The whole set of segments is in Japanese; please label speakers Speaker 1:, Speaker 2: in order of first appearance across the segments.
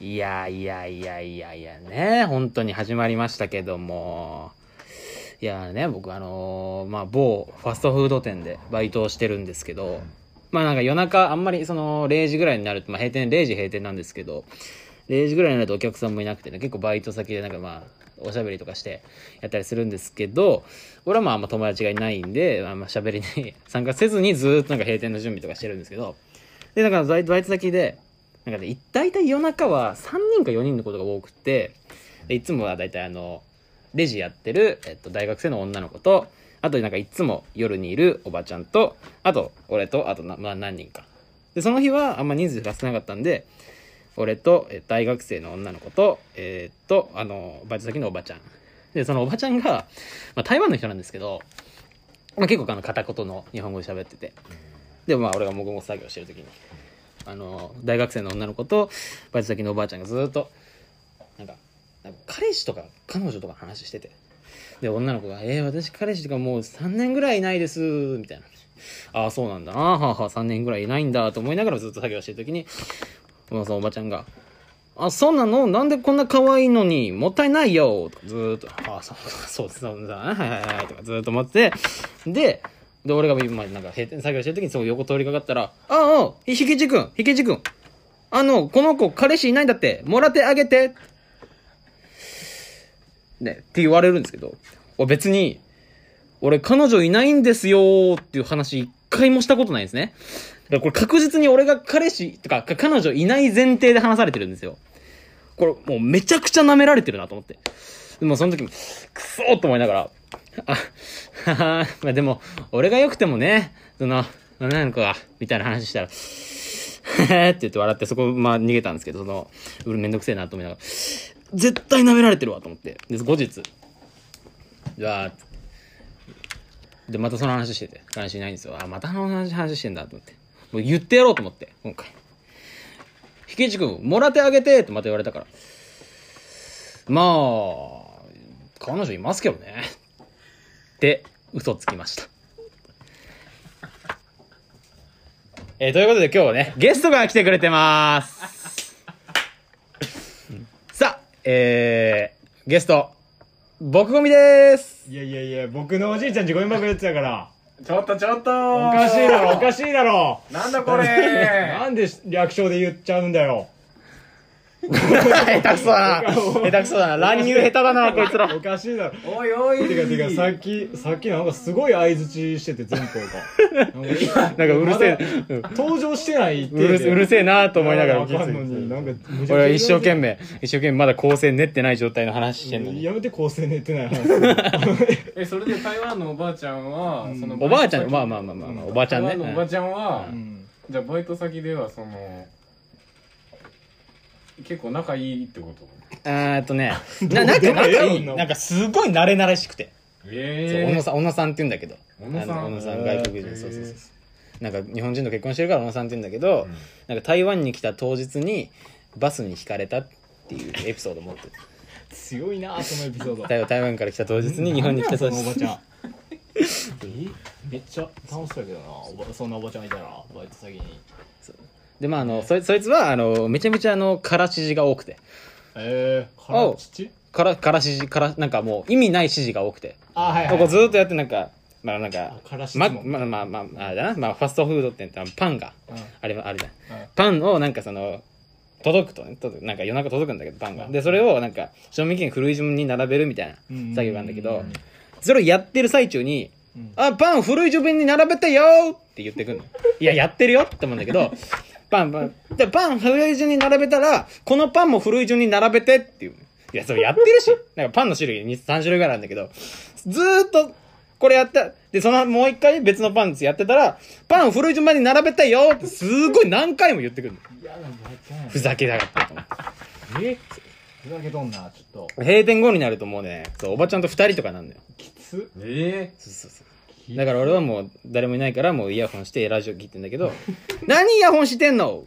Speaker 1: いやいやいやいやいやね、本当に始まりましたけども。いやね、僕あのーまあ某ファストフード店でバイトをしてるんですけど、まあなんか夜中あんまりその0時ぐらいになると、まあ閉店、0時閉店なんですけど、0時ぐらいになるとお客さんもいなくてね、結構バイト先でなんかまあ、おしゃべりとかしてやったりするんですけど、俺はまああんま友達がいないんで、あんましゃべりに参加せずにずーっとなんか閉店の準備とかしてるんですけど、で、だからバイトバイト先で、なんかね、い大体夜中は3人か4人のことが多くって、でいつもは大体あの、レジやってる、えっと、大学生の女の子と、あとなんかいつも夜にいるおばちゃんと、あと俺と、あとな、まあ、何人か。で、その日はあんま人数減らせなかったんで、俺と、え大学生の女の子と、えーっと、あの、バイト先のおばちゃん。で、そのおばちゃんが、まあ、台湾の人なんですけど、まあ、結構あの片言の日本語で喋ってて。で、まあ俺がもごもご作業してる時に、あの、大学生の女の子と、バイト先のおばあちゃんがずーっと、なんか、なんか彼氏とか彼女とか話してて。で、女の子が、えー、私彼氏とかもう3年ぐらいいないです、みたいな。ああ、そうなんだな、はあはあ、3年ぐらいいないんだ、と思いながらずっと作業してる時に、おばさんおばちゃんが、あ、そうなのなんでこんな可愛いのに、もったいないよとかずーっと、あ、そう、そう、そうだな、はいはいはい、とかずーっと思ってて、で、で、俺が今、なんか閉店作業してる時にその横通りかかったら、ああ、ひけじくん、ひけじくん、あの、この子彼氏いないんだって、もらってあげてね、って言われるんですけど、俺別に、俺彼女いないんですよーっていう話一回もしたことないんですね。だからこれ確実に俺が彼氏とかか彼女いない前提で話されてるんですよ。これもうめちゃくちゃ舐められてるなと思って。でもその時も、くそーと思いながら、あ、ははまあで も、俺が良くてもね、その、女の子が、みたいな話したら、 へーって言って笑ってそこ、まあ逃げたんですけど、その、うるめんどくせえなと思いながら、絶対舐められてるわと思って。で、後日、じゃあ、で、またその話してて、彼氏いないんですよ。あ、またあの話話してんだと思って。もう言ってやろうと思って、今回。ひけじくん、もらってあげてってまた言われたから。まあ、彼女いますけどね。って、嘘つきました。えーということで今日はね、ゲストが来てくれてます。 さあ、えー、ゲスト、僕ゴミです。
Speaker 2: いやいやいや、僕のおじいちゃん自ゴミ箱やってたから。
Speaker 3: ちょっとちょっと
Speaker 2: お
Speaker 3: お
Speaker 2: かしいだろ、おかしいだろ。
Speaker 3: なんだこ れ
Speaker 2: なんで略称で言っちゃうんだよ。
Speaker 1: 下手くそだな。下手くそだな。乱入下手だな、こいつら。
Speaker 2: おかしいだろ。
Speaker 3: おいおい
Speaker 2: てかてか、さっき、さっきなんかすごい相槌してて、前方が。なん か
Speaker 1: なんかうるせえ、うん
Speaker 2: 登場してないって。
Speaker 1: うるせうるせえなと思いながら
Speaker 2: わ
Speaker 1: 聞い
Speaker 2: かんの
Speaker 1: て
Speaker 2: に、なんか、
Speaker 1: 俺は一生懸
Speaker 2: 命。
Speaker 1: 命、一生懸命まだ構成練ってない状態の話してんのに。
Speaker 2: やめて構成寝てない 話。
Speaker 3: えそれで台湾のおばあちゃんは、その
Speaker 1: おばあちゃん、まあまあまあまあまあ、おばあちゃんね
Speaker 3: 台。湾のおばあちゃんは、
Speaker 2: うん
Speaker 3: じゃあバイト先ではその結構仲いいってこと
Speaker 1: えーっとね、な、なんか、
Speaker 2: どう
Speaker 1: なん
Speaker 2: ど
Speaker 1: か
Speaker 2: う
Speaker 1: いい、なんかすごい慣れ慣れしくて。そう小
Speaker 3: え
Speaker 1: 野さん、小野さんって言うんだけど。
Speaker 3: 小野さん
Speaker 1: あの小野さ
Speaker 2: へ
Speaker 1: ん、
Speaker 2: ー
Speaker 1: 外国人、そうそうそうそう。なんか日本人と結婚してるから小野さんって言うんだけど、なんか台湾に来た当日にバスに引かれたっていうエピソード持ってる。
Speaker 2: 強いなそのエピソード。
Speaker 1: 台台湾から来た当日に日本に来た
Speaker 2: そ
Speaker 1: 当
Speaker 2: のおば
Speaker 1: 日。
Speaker 2: ちゃん。めっちゃ楽しそうやけどなおば、そんなおばちゃんいたら、バイト先に。
Speaker 1: で、まああの、そいそいつは、あの、めちゃめちゃあの、からしじが多くて。
Speaker 2: えー、から父
Speaker 1: から、からしじ、から、なんかもう意味ない指示が多くて。
Speaker 2: あ、はい、
Speaker 1: ここずーっとやってなんか、まあなんか、
Speaker 2: あからし
Speaker 1: ま、
Speaker 2: 質問
Speaker 1: まあまあまあ、あれだな、まあファストフード店ってあのパンが、
Speaker 2: うん
Speaker 1: あれ、あれだ、
Speaker 2: うん
Speaker 1: パンをなんかその、届くとね、届くなんか夜中届くんだけど、パンが。で、それをなんか、賞味期限古い順に並べるみたいな
Speaker 2: うん
Speaker 1: 作業があるんだけ
Speaker 2: うん
Speaker 1: ど、それをやってる最中に、
Speaker 2: うん
Speaker 1: あ、パン古い順に並べてよーって言って くんの。いや、やってるよって思うんだけど、 パン、パン、でパン古い順に並べたら、このパンも古い順に並べてっていう。いや、それやってるし。なんかパンの種類に3種類ぐらいあるんだけど、ずーっと、これやった。で、その、もう一回別のパンやってたら、パン古い順番に並べたよって、すごい何回も言ってくるの。
Speaker 2: 嫌なおばちゃんや
Speaker 1: ふざけやがったと思って。
Speaker 2: えふざけとんなちょっと
Speaker 1: 閉店後になるともうね、そう、おばちゃんと二人とかなんだよ。
Speaker 2: きつ
Speaker 3: ー、え
Speaker 1: そうそうそう。だから俺はもう、誰もいないから、もうイヤホンしてラジオ聞いてんだけど、何イヤホンしてんの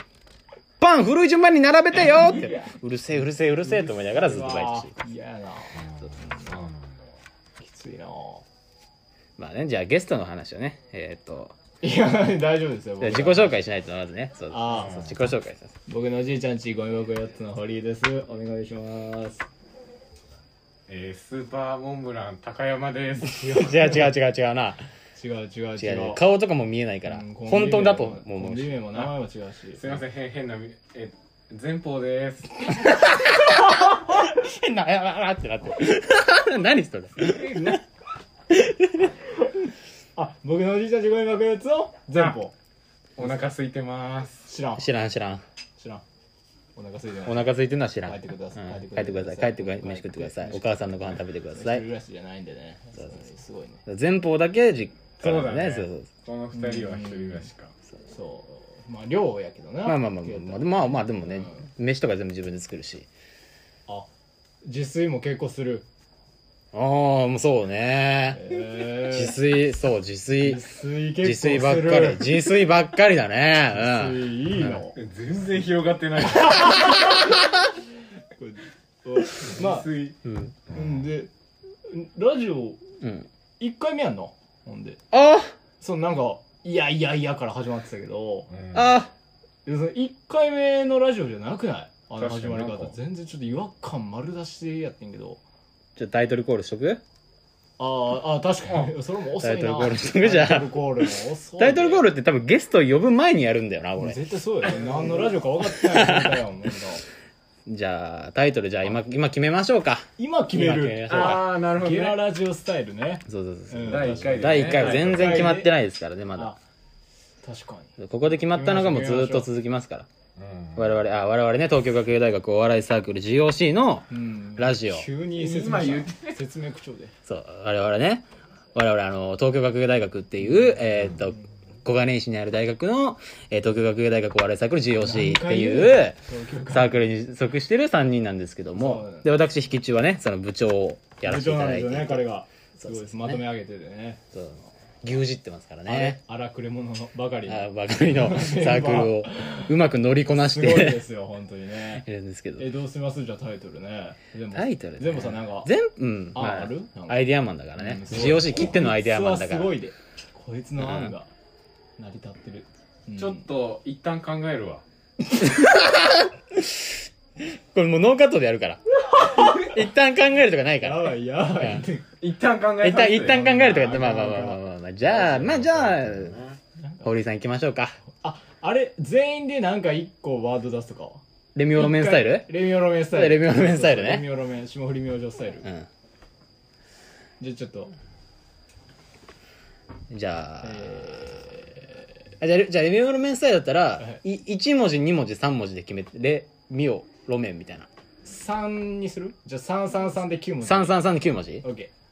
Speaker 1: パン古い順番に並べてよって。うるせえ、うるせえ、うるせえと思いながらずっとバイトしてる。
Speaker 2: 嫌やな
Speaker 3: そうなんだ
Speaker 2: きついな
Speaker 1: まあね、じゃあゲストの話をね、えーっと、
Speaker 2: いや、 大丈夫ですよ。
Speaker 1: じゃあ
Speaker 2: 僕
Speaker 1: 自己
Speaker 2: は
Speaker 1: 紹介しないとまずね。そう
Speaker 2: ああ
Speaker 1: そう自己紹介します。
Speaker 2: 僕のじいちゃんちゴミ箱4つの堀井です。お願いします。
Speaker 3: えー、スーパーモンブラン高山 です。
Speaker 1: 違う違う違う違うな。
Speaker 2: 違う違う
Speaker 1: 違う
Speaker 2: 違
Speaker 1: 違う
Speaker 2: う。
Speaker 1: 顔とかも見えないから、
Speaker 2: うん
Speaker 1: 本当だとも
Speaker 2: コ
Speaker 1: 思
Speaker 2: ン
Speaker 1: う
Speaker 2: ビ
Speaker 1: し。
Speaker 2: 名も名前も違うし。
Speaker 3: すいません、変変なみ、え、前方です。
Speaker 1: 変な、あらあらってなってる。何それ。
Speaker 2: あ、僕のおじいちゃんちゴミ箱4つの前方。
Speaker 3: お腹空いてます。
Speaker 2: 知らん。
Speaker 1: 知らん知らん。
Speaker 2: 知らん。お腹空いてない。
Speaker 1: お腹空いてるのは知らん。
Speaker 2: 帰ってください
Speaker 1: うん
Speaker 2: 帰
Speaker 1: 帰
Speaker 2: っ
Speaker 1: って
Speaker 2: て
Speaker 1: く
Speaker 2: く
Speaker 1: だ
Speaker 2: だ
Speaker 1: さ
Speaker 2: さ
Speaker 1: い。帰っ
Speaker 2: い
Speaker 1: てください。飯食ってください。お母さんのご飯食べてくださ
Speaker 2: 一人
Speaker 1: い。
Speaker 2: 暮らしじゃないんでね。すごいね。
Speaker 1: 前方だけ実家
Speaker 3: そう
Speaker 1: な
Speaker 3: だ
Speaker 1: んで
Speaker 3: ね。
Speaker 1: そうそう
Speaker 3: この二人は一人暮らしか。
Speaker 2: そう。まあ、量やけどな。
Speaker 1: まあまあまあ
Speaker 2: 言うた
Speaker 1: まあ
Speaker 2: ら
Speaker 1: まあまあでもね、飯とか全部自分で作るし。
Speaker 2: あ、自炊も結構する。
Speaker 1: ああ、もうそうね。
Speaker 2: え
Speaker 1: 自
Speaker 2: ー
Speaker 1: 炊、そう、自炊
Speaker 2: 自。炊
Speaker 1: 自
Speaker 2: 結構す
Speaker 1: 炊
Speaker 2: る。
Speaker 1: ばっかり。自炊ばっかりだね。うん。
Speaker 2: 自炊いいの。
Speaker 3: え全然広がってない。
Speaker 2: これおまあ
Speaker 3: 薄い
Speaker 1: うん。
Speaker 2: んでラジオ
Speaker 1: うん。
Speaker 2: 1回目やんのほんで
Speaker 1: あ
Speaker 2: そのなんか「いやいやいや」から始まってたけど
Speaker 1: ああ
Speaker 2: でその1回目のラジオじゃなくないあの
Speaker 3: 確
Speaker 2: 始
Speaker 3: かに
Speaker 2: まり
Speaker 3: なん
Speaker 2: 方
Speaker 3: か
Speaker 2: 全然ちょっと違和感丸出しでやってんけど
Speaker 1: ちょっとタイトルコールしとく
Speaker 2: あーあー確かにそれも遅いな
Speaker 1: タイトルコールしとくじゃん
Speaker 2: タイトルコールも遅い
Speaker 1: タイトルコー
Speaker 2: ル
Speaker 1: ルって多分ゲスト呼ぶ前にやるんだよな、これ。
Speaker 2: 絶対そうやね何のラジオか分かってない状態やもんだけど
Speaker 1: じゃあ、タイトルじゃあ今、今決めましょうか。
Speaker 2: 今決め
Speaker 1: 今決めまし
Speaker 2: る
Speaker 1: ょうか。
Speaker 3: ああ、なるほど、
Speaker 2: ゲラ
Speaker 3: ね。
Speaker 2: ラジオスタイルね
Speaker 1: そうそうそうそう。
Speaker 2: うん
Speaker 3: 第一回で、ね。
Speaker 1: 第1回は
Speaker 3: は
Speaker 1: 全然決まってないですからね、まだ
Speaker 2: あ。確かに
Speaker 1: ここで決まったのがもうずーっと続きますから。
Speaker 3: うん
Speaker 1: 我々、あ、我々ね、東京学芸大学お笑いサークル GOC の、
Speaker 2: うん
Speaker 1: ラジオ
Speaker 2: 急に説明
Speaker 3: 今言っ
Speaker 2: した説明口調で
Speaker 1: そう、我々ね、我々あの、東京学芸大学っていう、えーっと、小金井市にある大学の、えー東京学芸大学お笑いサークル GOC っていうサークルに属してる3人なんですけど
Speaker 2: そう
Speaker 1: も
Speaker 2: だね、
Speaker 1: で、私、引き中はね、その部長をやらせていただい
Speaker 2: 部長なんですよね
Speaker 1: て、
Speaker 2: 彼がす
Speaker 1: そう
Speaker 2: ごい
Speaker 1: そう
Speaker 2: ですまとめ上げててね
Speaker 1: そう牛耳ってますから
Speaker 2: あれ
Speaker 1: ね。
Speaker 2: 荒くれ者のばかり
Speaker 1: あばかりのサークルをうまく乗りこなし
Speaker 2: すごいで
Speaker 1: て
Speaker 2: すよ本当にね
Speaker 1: いるんですけど
Speaker 2: えどうしますじゃあタイトルねでも
Speaker 1: タイトルね
Speaker 2: でもさなんか
Speaker 1: 全うん
Speaker 2: あ
Speaker 1: ま
Speaker 2: あるなんか
Speaker 1: アイデアマンだからね
Speaker 2: うんすごい
Speaker 1: GOC 切ってのアイデアマンだか
Speaker 2: こいつは
Speaker 1: ら
Speaker 2: すごいでこいつの案が成り立ってるうん
Speaker 3: ちょっと、一旦考えるわ。
Speaker 1: これもうノーカットでやる から一旦考えるとかないか
Speaker 2: や
Speaker 1: ら
Speaker 2: ばいやばい
Speaker 3: 一旦考え
Speaker 1: 一旦一旦考えるとかってまあ
Speaker 2: あ
Speaker 1: まあ
Speaker 2: あ
Speaker 1: まあまあまあまあじゃあまあじゃあ
Speaker 2: なんか
Speaker 1: 堀井さん行きましょうか
Speaker 2: ああれ全員でなんか一個ワード出すとかは
Speaker 1: レミオロメンスタイル
Speaker 2: レミオロメンスタイル
Speaker 1: レミオロメンスタイルね
Speaker 2: レミオロメン霜降り明星スタイ
Speaker 1: う
Speaker 2: ル
Speaker 1: ん
Speaker 2: じゃあちょっと
Speaker 1: じゃああじゃあレじゃあレミオロメンスタイルだったらい1文字2文字3文字で決めてレミオロメンみたいな
Speaker 2: 3にするじゃあ333で9文字
Speaker 1: 333の9文字
Speaker 2: オッケー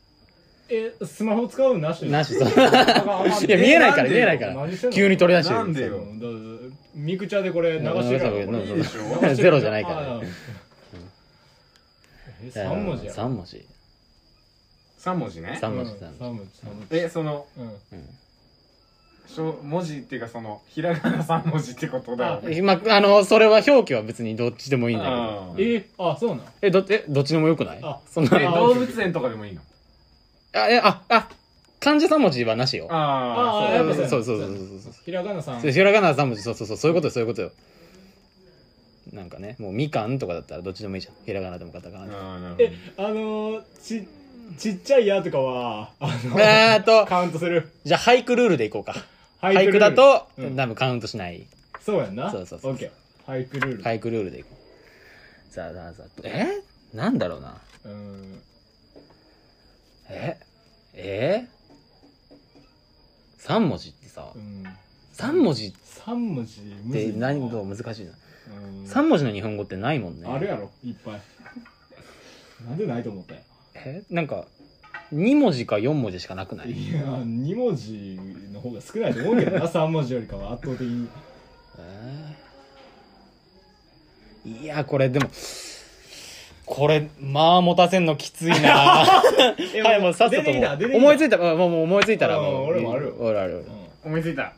Speaker 2: えスマホ使うなし
Speaker 1: なしそう い
Speaker 2: あかんあかん
Speaker 1: や見えないから
Speaker 3: え
Speaker 1: 見えないから
Speaker 2: 何してんの
Speaker 1: 急に取り出して
Speaker 3: なんで
Speaker 1: る
Speaker 3: よ
Speaker 2: うんどうぞミクチャでこれ流してるやろ
Speaker 1: 流し
Speaker 3: いいでしょ
Speaker 2: これ
Speaker 1: ゼロじゃないから
Speaker 2: あーえ3文字やろ
Speaker 1: 3文字
Speaker 3: 三文字ね。
Speaker 1: 3文字
Speaker 2: うん
Speaker 1: 3
Speaker 2: 3文字三文字
Speaker 3: え、その、
Speaker 2: うん
Speaker 3: しょ文字っていうかその、ひらがな三文字ってことだよね。
Speaker 1: 文字まああのそれは表記は別にどっちでもいいんだけど
Speaker 3: うん
Speaker 2: えあそうなん
Speaker 1: えどえどっちでもよくない
Speaker 2: あ
Speaker 1: そんな
Speaker 3: え、動物園とかでもいいの
Speaker 1: あえああ漢字3文字はなしよ
Speaker 3: あ
Speaker 2: あ
Speaker 3: あ、
Speaker 1: そう
Speaker 2: ーやっ
Speaker 3: そうだね
Speaker 2: ぱ
Speaker 1: そうそうそうそう
Speaker 2: ひらがなさん
Speaker 1: そうひらがな3文字そうそうそうそういうことよそういうことよなんかねもうみかんとかだったらどっちでもいいじゃんひらがなでもカタカナでも
Speaker 3: あーなるほど
Speaker 2: えあのーちちっちゃいやとかはあの
Speaker 1: えーっと
Speaker 2: カウントする
Speaker 1: じゃあ俳句ルールでいこうか俳
Speaker 2: 俳ルー
Speaker 1: 句
Speaker 2: ル
Speaker 1: だと
Speaker 2: うん
Speaker 1: 多分カウントしない
Speaker 2: そうやんな
Speaker 1: そうそうそう
Speaker 2: オッケー俳句ルール
Speaker 1: 俳句ルールでいこうさあさあさあえなんだろうな
Speaker 2: うーん
Speaker 1: ええ三3文字ってさ
Speaker 2: うん
Speaker 1: 3文字っ
Speaker 2: 3文字むず
Speaker 1: て
Speaker 2: いな
Speaker 1: 何度難しいな
Speaker 2: うん
Speaker 1: 3文字の日本語ってないもんね
Speaker 2: あるやろいっぱいなんでないと思ったんや
Speaker 1: えなんか2文字か4文字しかなくない
Speaker 2: いや2文字の方が少ないと思うけ どな3文字よりかは圧倒的に
Speaker 1: えーいやこれでもこれまあ持たせんのきついな はいもうさっさと
Speaker 2: 出てき
Speaker 1: も
Speaker 2: た出てきた
Speaker 1: う思いついたもうもうもう思いついたら
Speaker 2: うん
Speaker 1: もう
Speaker 2: 俺もあるよ
Speaker 1: 俺あるよ
Speaker 2: うんあ
Speaker 3: 思いついた。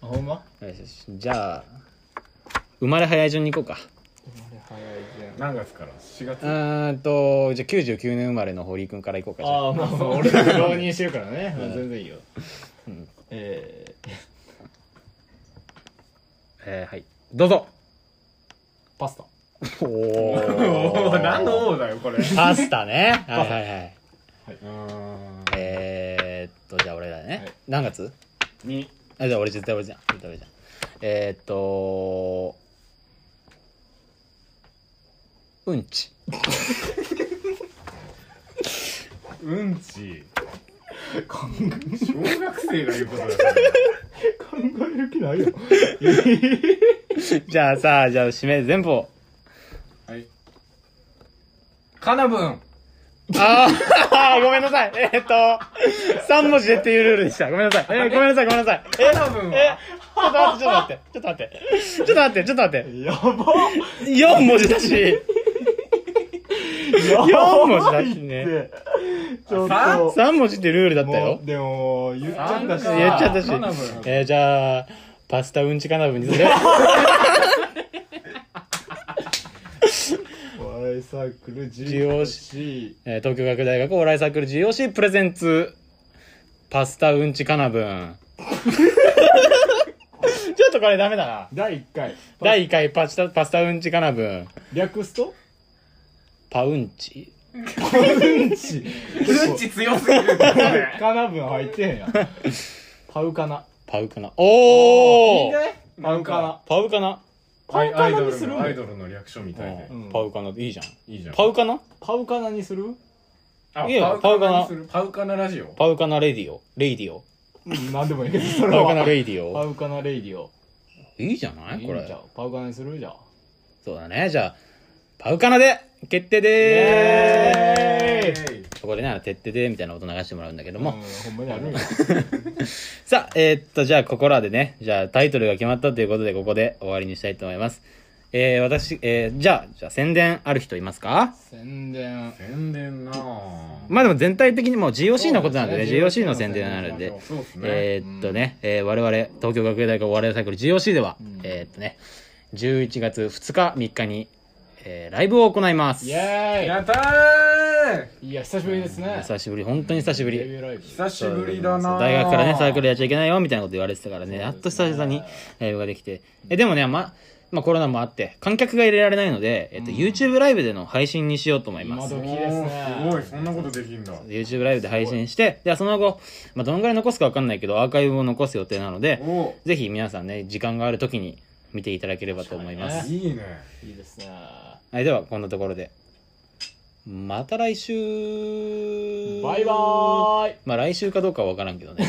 Speaker 2: ほんま
Speaker 1: よしよしじゃあ生まれ早い順にいこうか
Speaker 2: あれ早いじゃん
Speaker 3: 何月から ?4
Speaker 1: う
Speaker 3: 月。
Speaker 1: ーんとじゃあ99年生まれの堀井君からいこうかじゃあ
Speaker 2: ああまあまあ俺が浪人してるからね、まあ全然いいよ、えー
Speaker 1: えーはい。どうぞ
Speaker 2: パスタ
Speaker 1: お
Speaker 3: お
Speaker 1: ー
Speaker 3: ー 何の王だよこれ
Speaker 1: パスタね。 はいはいはい。
Speaker 3: うーん
Speaker 1: えー、っと、じゃあ俺だね。
Speaker 2: はい
Speaker 1: 何月
Speaker 3: に
Speaker 1: あ、じゃあ俺絶対俺じゃん。絶対俺じゃん。えー、っと、うんち。
Speaker 3: うんち小学生が言うことだから
Speaker 2: 考える気ないよ
Speaker 1: じゃあさあ、じゃあ締め全部 を。
Speaker 3: はいかなぶん
Speaker 1: ああ、ごめんなさい。えー、っ と、3文字でっていうルールでした。ごめんなさい。えー、ごめんなさい、ごめんなさい。え
Speaker 3: かなぶん
Speaker 1: え
Speaker 3: は
Speaker 1: ちょっと待って、ちょっと待って、ちょっと待って。ちょっと待って、ちょっと待って。
Speaker 2: やば
Speaker 1: 4文字だし、
Speaker 2: や
Speaker 1: 4文字
Speaker 2: ば
Speaker 1: だ
Speaker 2: いっ
Speaker 1: しね。
Speaker 2: てちょっ
Speaker 3: さ
Speaker 2: と
Speaker 1: 3文字ってルールだったよ
Speaker 2: もう。でも言っちゃったし
Speaker 3: あんた
Speaker 1: 言っちゃったし
Speaker 3: カナブン。
Speaker 1: えー、じゃあ、パスタうんちカナブンにする。
Speaker 2: お笑いサークル
Speaker 1: GOC
Speaker 2: GOC
Speaker 1: えー東京学大学お笑いサークル GOC プレゼンツ、パスタうんちカナブン。ちょっとこれダメだな。
Speaker 2: 第1回
Speaker 1: 第1回パスタ、パスタうんちカナブン。
Speaker 2: 略すと
Speaker 1: パウンチ
Speaker 2: うんち
Speaker 3: うんち強すぎ る
Speaker 2: カナブン入ってへんやんパウカナ
Speaker 1: パウカナ。おー
Speaker 2: パウカナ
Speaker 1: パウカナ、
Speaker 2: パウカ
Speaker 3: アイ
Speaker 2: ナ
Speaker 3: ド
Speaker 2: にする
Speaker 3: ルのアイドルの略称みたいで
Speaker 2: うん
Speaker 1: パウカナ、いいじゃん。
Speaker 3: いいじゃん
Speaker 1: パウカナ
Speaker 2: パウカナにする
Speaker 3: あ
Speaker 1: いいよ
Speaker 3: パウカナにするパウカナラジオ
Speaker 1: パウカナレディオ。レイディオ。
Speaker 2: うんなんでもいいけどそれ
Speaker 1: パウカナ
Speaker 2: は
Speaker 1: レイディ
Speaker 2: パ
Speaker 1: オ。
Speaker 2: ウカナレイディオ
Speaker 1: いいじゃない
Speaker 2: い
Speaker 1: こ
Speaker 2: いん
Speaker 1: れ
Speaker 2: ちゃ。うパウカナにするじゃん
Speaker 1: そうだね。じゃあ、パウカナで決定でーす
Speaker 2: え
Speaker 3: ーイ
Speaker 1: そこでね、あのてってでみたいな音流してもらうんだけども。
Speaker 2: ほんまにあるんや
Speaker 1: さあ、えーっと、じゃあ、ここらでね、じゃあ、タイトルが決まったということで、ここで終わりにしたいと思います。えー、私、えー、じゃあ、じゃあ、宣伝ある人いますか
Speaker 2: 宣伝
Speaker 3: 宣伝なぁ
Speaker 1: まあでも全体的にもう GOC のことなんでね、
Speaker 2: そうです
Speaker 1: GOC
Speaker 2: ね
Speaker 1: の宣伝になるんで、
Speaker 3: そうっすね
Speaker 1: えーっとね、えー我々、東京学芸大学お笑いサークル GOC では、えーっとね、11月2日、3日に、えーライブを行います。
Speaker 2: イエ
Speaker 3: やったー
Speaker 2: ーイいや久しぶりですね
Speaker 1: 久しぶり、本当に久しぶ
Speaker 2: デビ
Speaker 1: り。
Speaker 2: ューライブ
Speaker 3: 久しぶりだなぁ
Speaker 1: 大学からね、サークルやっちゃいけないよ、みたいなこと言われてたからね、やっと久々にライブができて。え、でもね、ま、まあコロナもあって、観客が入れられないので、えっと、YouTube ライブでの配信にしようと思います
Speaker 2: 今。時
Speaker 3: お
Speaker 2: ですね
Speaker 3: ーすごいそんなことできんだ
Speaker 1: YouTube ライブで配信して、ではその後、まあ、どのぐらい残すかわかんないけど、アーカイブを残す予定なので、
Speaker 3: お
Speaker 1: ぜひ皆さんね、時間がある時に見ていただければと思いま
Speaker 2: 確か
Speaker 1: す。
Speaker 2: に
Speaker 3: いいね
Speaker 2: いいですね
Speaker 1: はい、では、こんなところで。また来週
Speaker 2: バイバーイ
Speaker 1: まあ来週かどうかはわからんけどね。